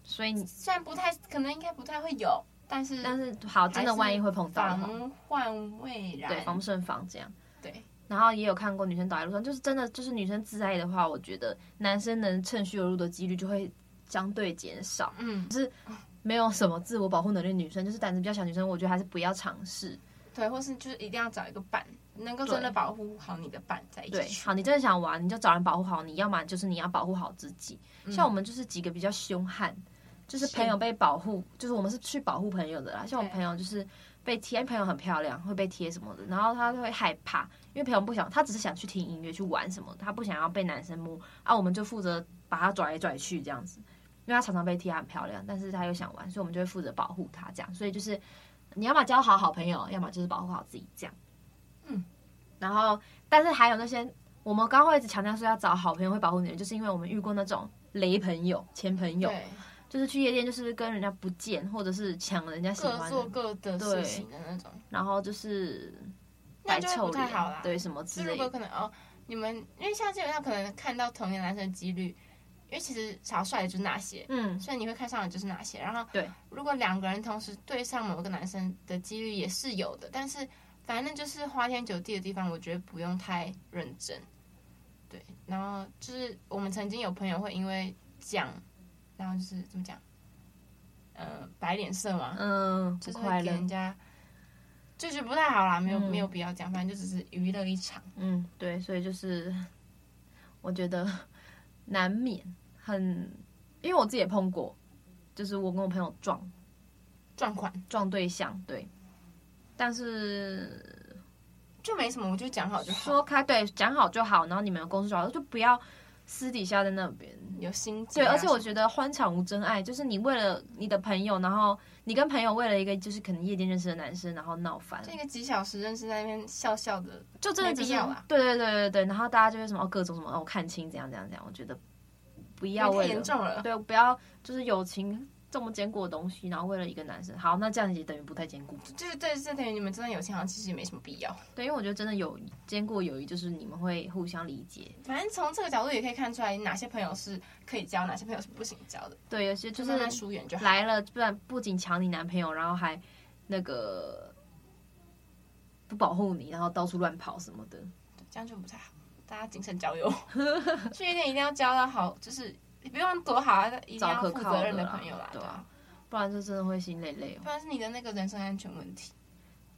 Speaker 4: 所以你
Speaker 2: 虽然不太可能，应该不太会有，但是
Speaker 4: 但是好，真的万一会碰到的话，
Speaker 2: 防患未然，
Speaker 4: 对，防不胜防这样。
Speaker 2: 对。
Speaker 4: 然后也有看过女生倒在路上，就是真的，就是女生自爱的话，我觉得男生能趁虚而入的几率就会相对减少。
Speaker 2: 嗯，
Speaker 4: 没有什么自我保护能力的女生，就是胆子比较小的女生，我觉得还是不要尝试。
Speaker 2: 对，或是就是一定要找一个伴，能够真的
Speaker 4: 对
Speaker 2: 保护好你的伴在一起
Speaker 4: 对，
Speaker 2: 去。
Speaker 4: 好，你真的想玩，你就找人保护好你，要么就是你要保护好自己。
Speaker 2: 嗯
Speaker 4: 像我们就是几个比较凶悍，就是
Speaker 2: 是
Speaker 4: 朋友被保护，就是我们是去保护朋友的啦。像我
Speaker 2: 对
Speaker 4: 朋友就是被贴，因为朋友很漂亮，会被贴什么的，然后他会害怕，因为朋友不想，他只是想去听音乐去玩什么的，他不想要被男生摸啊。我们就负责把他拽来拽去这样子，因为他常常被贴，她很漂亮，但是他又想玩，所以我们就会负责保护他这样。所以就是你要么交好好朋友，要么就是保护好自己这样。
Speaker 2: 嗯，
Speaker 4: 然后但是还有那些我们刚刚会一直强调说要找好朋友会保护你的人，就是因为我们遇过那种雷朋友、前朋友，
Speaker 2: 对，
Speaker 4: 就是去夜店就是跟人家不见，或者是抢人家喜
Speaker 2: 各
Speaker 4: 欢
Speaker 2: 做
Speaker 4: 的，
Speaker 2: 各的事情的那种，
Speaker 4: 然后就是
Speaker 2: 那
Speaker 4: 摆
Speaker 2: 就会
Speaker 4: 臭
Speaker 2: 不太
Speaker 4: 脸
Speaker 2: 好啦，。
Speaker 4: 对什么之
Speaker 2: 就如
Speaker 4: 类
Speaker 2: 果
Speaker 4: 的。
Speaker 2: 可能哦，你们因为现在基本上可能看到同年男生的几率，因为其实少帅的就是那些，
Speaker 4: 嗯，
Speaker 2: 所以你会看上的就是那些。然后，
Speaker 4: 对，
Speaker 2: 如果两个人同时对上某个男生的几率也是有的，但是反正就是花天酒地的地方，我觉得不用太认真。对，然后就是我们曾经有朋友会因为讲，然后就是怎么讲，呃，摆脸色嘛，
Speaker 4: 嗯，
Speaker 2: 就
Speaker 4: 不
Speaker 2: 是
Speaker 4: 快
Speaker 2: 会给
Speaker 4: 乐。
Speaker 2: 人家。就是不太好啦，没有、
Speaker 4: 嗯
Speaker 2: 没有必要讲，反正就只是娱乐一场。
Speaker 4: 嗯，对，所以就是我觉得 *laughs* 难免很，因为我自己也碰过，就是我跟我朋友撞，
Speaker 2: 撞款
Speaker 4: 撞对象，对。但是
Speaker 2: 就没什么，我就讲好就好。
Speaker 4: 说开对讲好就好，然后你们有共识就好，就不要私底下在那边。
Speaker 2: 有心机
Speaker 4: 对，
Speaker 2: 啊
Speaker 4: 而且我
Speaker 2: 什么
Speaker 4: 觉得欢场无真爱，就是你为了你的朋友，然后你跟朋友为了一个就是可能夜店认识的男生，然后闹翻，
Speaker 2: 就一个几小时认识在那边笑笑的，
Speaker 4: 就真的
Speaker 2: 没
Speaker 4: 只
Speaker 2: 必
Speaker 4: 是
Speaker 2: 要啊啦
Speaker 4: 对对对对对，然后大家就会什么哦各种什么哦看清怎样怎样怎样，我觉得不
Speaker 2: 因
Speaker 4: 要
Speaker 2: 为
Speaker 4: 为
Speaker 2: 太
Speaker 4: 了
Speaker 2: 严重了。
Speaker 4: 对，不要就是友情这么坚固的东西，然后为了一个男生，好，那这样也等于不太坚固。
Speaker 2: 就是对，这等于你们真的友情好像其实也没什么必要。
Speaker 4: 对，因为我觉得真的有坚固的友谊，就是你们会互相理解。
Speaker 2: 反正从这个角度也可以看出来，哪些朋友是可以交，哪些朋友是不行交的，
Speaker 4: 对，有些就
Speaker 2: 就是慢慢疏远就好。
Speaker 4: 嗯来了，不然不仅抢你男朋友，然后还那个不保护你，然后到处乱跑什么的。
Speaker 2: 这样就不太好。大家谨慎交
Speaker 4: *laughs*
Speaker 2: 友，去夜店一定要交到好，就是你不用多好啊，但一定要
Speaker 4: 找可
Speaker 2: 负
Speaker 4: 靠的
Speaker 2: 责任的
Speaker 4: 啦
Speaker 2: 朋友啦，
Speaker 4: 对
Speaker 2: 对
Speaker 4: 啊
Speaker 2: 啊，
Speaker 4: 不然就真的会心累累哦
Speaker 2: 不。然是你的那个人身安全问题。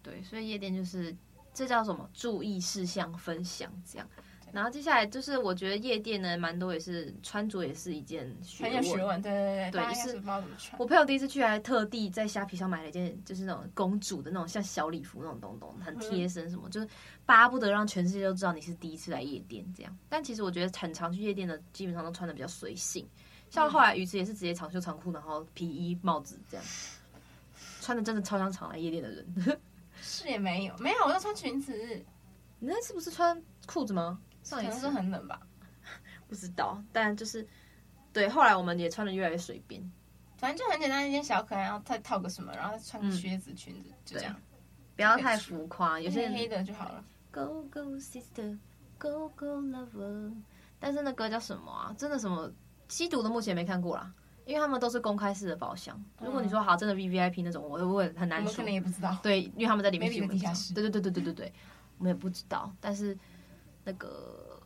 Speaker 4: 对，所以夜店就是这叫什么注意事项分享这样。然后接下来就是我觉得夜店呢，蛮多也是穿着也是一件学
Speaker 2: 很有学问，对对对
Speaker 4: 对
Speaker 2: 大家应该
Speaker 4: 就是
Speaker 2: 是不知道怎么穿
Speaker 4: 我。朋友第一次去还特地在虾皮上买了一件，就是那种公主的那种像小礼服那种东东，很贴身什么，就是巴不得让全世界都知道你是第一次来夜店这样。但其实我觉得很常去夜店的，基本上都穿的比较随性，像后来鱼池也是直接长袖长裤，然后皮衣帽子这样，穿的真的超像常来夜店的人。 *laughs*
Speaker 2: 是也没有，没有，我要穿裙子，
Speaker 4: 你那次不是穿裤子吗？
Speaker 2: 可
Speaker 4: 上一
Speaker 2: 能
Speaker 4: 次
Speaker 2: 是很冷吧。
Speaker 4: 不知道，但就是对，后来我们也穿的越来越随便。
Speaker 2: 反正就很简单一件小可爱，然后再套个什么，然后再穿个
Speaker 4: 嗯
Speaker 2: 靴子、裙子，就这样，
Speaker 4: 不要太浮夸，有
Speaker 2: 有些
Speaker 4: 些人
Speaker 2: 黑的就好了。
Speaker 4: Go Go Sister Go Go Lover，但是那歌叫什么啊？真的什么吸毒的目前没看过啦，因为他们都是公开式的包厢。如果你说好真的 V V I P 那种，我我也很
Speaker 2: 嗯我
Speaker 4: 难
Speaker 2: 们可
Speaker 4: 说
Speaker 2: 能。也不知道。
Speaker 4: 对，因为他们在里面
Speaker 2: Maybe
Speaker 4: 去我们
Speaker 2: 地下
Speaker 4: 不
Speaker 2: 室
Speaker 4: 知道对对对对对对对，我们也不知道。但是那个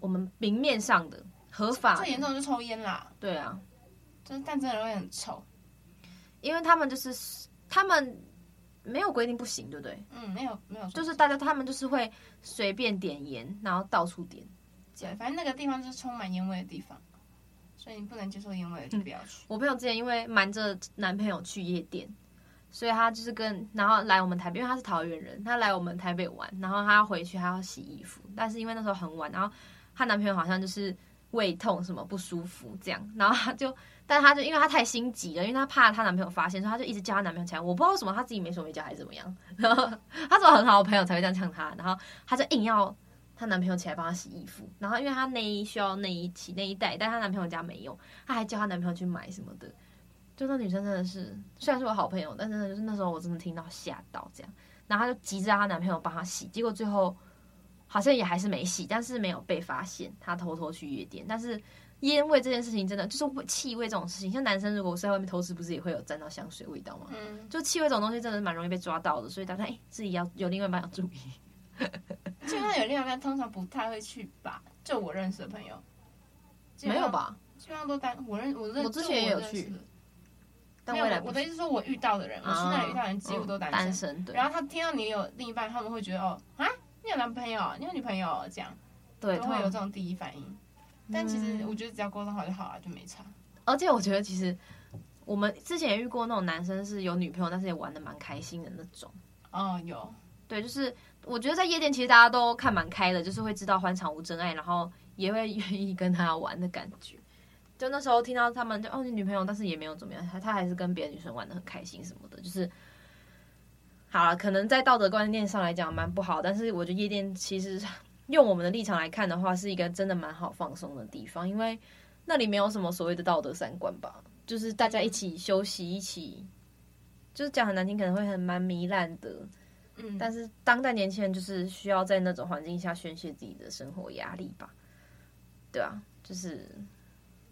Speaker 4: 我们明面上的合法的
Speaker 2: 最严重的就抽烟啦，
Speaker 4: 对啊，
Speaker 2: 就是但真的会很臭。
Speaker 4: 因为他们就是他们没有规定不行，对不对？
Speaker 2: 嗯，没有没有说，
Speaker 4: 就是大家他们就是会随便点盐，然后到处点。
Speaker 2: 对，反正那个地方就是充满烟味的地方，所以你不能接受烟味的就不要去。
Speaker 4: 我朋友之前因为瞒着男朋友去夜店，所以她就是跟然后来我们台北，因为她是桃园人，她来我们台北玩，然后她回去她要洗衣服，但是因为那时候很晚，然后她男朋友好像就是胃痛什么不舒服这样，然后她就，但她就因为她太心急了，因为她怕她男朋友发现，所以她就一直叫她男朋友起来，我不知道为什么她自己没手没脚还是怎么样，然后她只有很好的朋友才会这样呛她，然后她就硬要。她男朋友起来帮她洗衣服，然后因为她内衣需要内衣洗内衣袋，但她男朋友家没有，她还叫她男朋友去买什么的。就那女生真的是，虽然是我好朋友，但真的就是那时候我真的听到吓到这样，然后她就急着让她男朋友帮她洗，结果最后好像也还是没洗，但是没有被发现，她偷偷去夜店。但是烟味这件事情真的就是气味这种事情，像男生如果是在外面偷吃，不是也会有沾到香水味道吗？
Speaker 2: 嗯，
Speaker 4: 就气味这种东西真的是蛮容易被抓到的，所以大家哎、自己要有另外一半要注意。
Speaker 2: 嗯基本上有另外一半通常不太会去吧，就我认识的朋友，基本
Speaker 4: 没
Speaker 2: 上
Speaker 4: 有？吧？
Speaker 2: 基本上都单，我认我认
Speaker 4: 我之前也有，
Speaker 2: 就我认识
Speaker 4: 去
Speaker 2: 的
Speaker 4: 但
Speaker 2: 没
Speaker 4: 未来
Speaker 2: 有，
Speaker 4: 不
Speaker 2: 我的意思是说，我遇到的人，我现在遇到的人几乎都
Speaker 4: 单
Speaker 2: 单
Speaker 4: 单
Speaker 2: 身。
Speaker 4: 身对
Speaker 2: 然后他听到你有另一半，他们会觉得哦啊，你有男朋友，你有女朋友，这样
Speaker 4: 对，
Speaker 2: 都
Speaker 4: 通
Speaker 2: 会
Speaker 4: 常嗯
Speaker 2: 有这种第一反应。但其实我觉得只要沟通好就好啊了，就没差。
Speaker 4: 而且我觉得其实我们之前也遇过那种男生是有女朋友，但是也玩的蛮开心的那种。
Speaker 2: 哦，有，
Speaker 4: 对，就是我觉得在夜店其实大家都看蛮开的，就是会知道欢场无真爱，然后也会愿意跟他玩的感觉。就那时候听到他们就哦你女朋友，但是也没有怎么样，他他还是跟别的女生玩的很开心什么的，就是。好了，可能在道德观念上来讲蛮不好，但是我觉得夜店其实用我们的立场来看的话，是一个真的蛮好放松的地方，因为那里没有什么所谓的道德三观吧，就是大家一起休息，一起，就是讲很难听，可能会很蛮糜烂的，
Speaker 2: 嗯，
Speaker 4: 但是当代年轻人就是需要在那种环境下宣泄自己的生活压力吧，对啊，就是，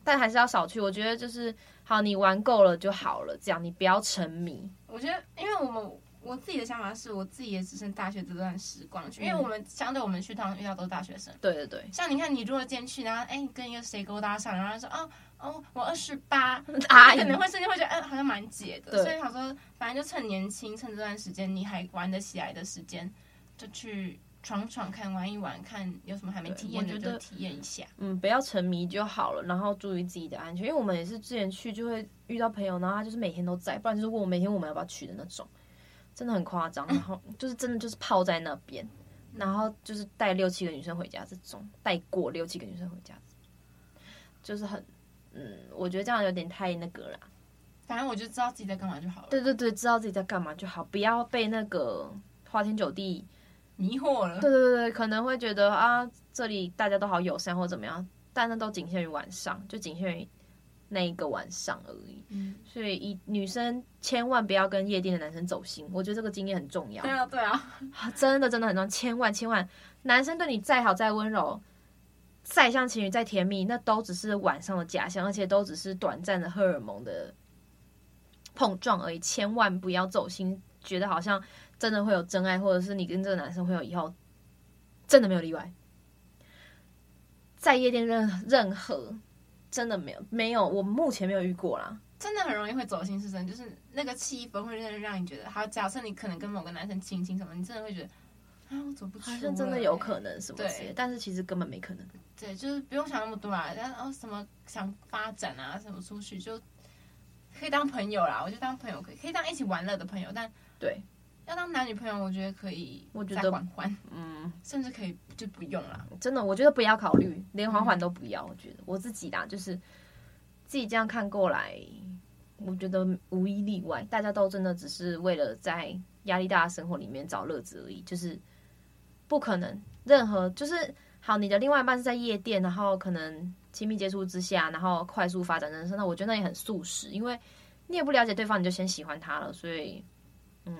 Speaker 4: 但还是要少去。我觉得就是，好，你玩够了就好了，这样你不要沉迷。
Speaker 2: 我觉得，因为我们我自己的想法是我自己也只剩大学这段时光去，因为
Speaker 4: 嗯
Speaker 2: 我们相对我们去通常遇到都是大学生。
Speaker 4: 对对对，
Speaker 2: 像你看，你如果今天去，然后哎，你跟一个谁勾搭上，然后他说哦哦，我二十
Speaker 4: *laughs*
Speaker 2: 八，
Speaker 4: 阿姨
Speaker 2: 可能会瞬间会觉得，嗯，好像蛮解的。
Speaker 4: 对
Speaker 2: 所以想说，反正就趁年轻，趁这段时间你还玩得起来的时间，就去闯闯看，玩一玩，看有什么还没体验的
Speaker 4: 我觉得
Speaker 2: 就体验一下。
Speaker 4: 嗯，不要沉迷就好了，然后注意自己的安全。因为我们也是之前去就会遇到朋友，然后他就是每天都在，不然就是问我每天我们要不要去的那种， *laughs* 真的很夸张。然后就是真的就是泡在那边，然后就是带六七个女生回家这种，带过六七个女生回家，就是很，嗯，我觉得这样有点太那个了。
Speaker 2: 反正我就知道自己在干嘛就好了。
Speaker 4: 对对对，知道自己在干嘛就好，不要被那个花天酒地
Speaker 2: 迷惑了。
Speaker 4: 对对对，可能会觉得啊，这里大家都好友善或怎么样，但那都仅限于晚上，就仅限于那一个晚上而已。
Speaker 2: 嗯
Speaker 4: 所以，以女生千万不要跟夜店的男生走心，我觉得这个经验很重要
Speaker 2: 对，啊，对啊，
Speaker 4: 啊真的真的很重要，千万千万，男生对你再好再温柔。再像情侣再甜蜜，那都只是晚上的假象，而且都只是短暂的荷尔蒙的碰撞而已。千万不要走心，觉得好像真的会有真爱，或者是你跟这个男生会有以后，真的没有例外。在夜店任任何真的没有没有，我目前没有遇过啦。
Speaker 2: 真的很容易会走心是真的，就是那个气氛会真的让你觉得，好，假设你可能跟某个男生亲亲什么，你真的会觉得啊，我走不出
Speaker 4: 好
Speaker 2: 来，
Speaker 4: 像真的有可能什么
Speaker 2: 对
Speaker 4: 之类的，但是其实根本没可能。
Speaker 2: 对，就是不用想那么多啦，但哦什么想发展啊，什么出去就可以当朋友啦，我就当朋友可以，可以当一起玩乐的朋友，但
Speaker 4: 对，
Speaker 2: 要当男女朋友，我觉得可以，
Speaker 4: 我觉
Speaker 2: 再
Speaker 4: 得
Speaker 2: 缓缓，
Speaker 4: 嗯，
Speaker 2: 甚至可以就不用啦。
Speaker 4: 真的，我觉得不要考虑，连缓
Speaker 2: 嗯
Speaker 4: 缓都不要。我觉得我自己啦，就是自己这样看过来，我觉得无一例外，大家都真的只是为了在压力大的生活里面找乐子而已，就是不可能任何就是好，你的另外一半是在夜店，然后可能亲密接触之下，然后快速发展人生，那我觉得那也很速食，因为你也不了解对方，你就先喜欢他了，所以嗯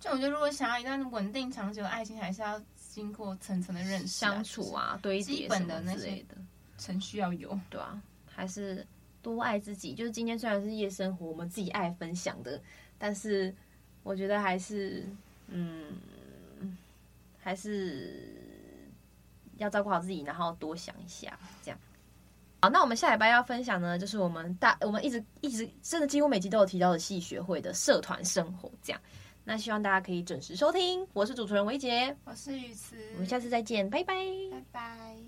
Speaker 2: 就我觉得，如果想要一段稳定长久的爱情，还是要经过层层的认识、
Speaker 4: 相处，啊、堆叠
Speaker 2: 基本
Speaker 4: 什么
Speaker 2: 的那
Speaker 4: 之
Speaker 2: 些
Speaker 4: 类的。
Speaker 2: 就是程序要有。
Speaker 4: 对啊，还是多爱自己。就是今天虽然是夜生活，我们自己爱分享的，但是我觉得还是，嗯，还是要照顾好自己，然后多想一下，这样。好，那我们下礼拜要分享呢，就是我们大我们一直一直真的几乎每集都有提到的系学会的社团生活，这样。那希望大家可以准时收听，我是主持人维杰，
Speaker 2: 我是雨慈，
Speaker 4: 我们下次再见，拜拜。
Speaker 2: 拜拜。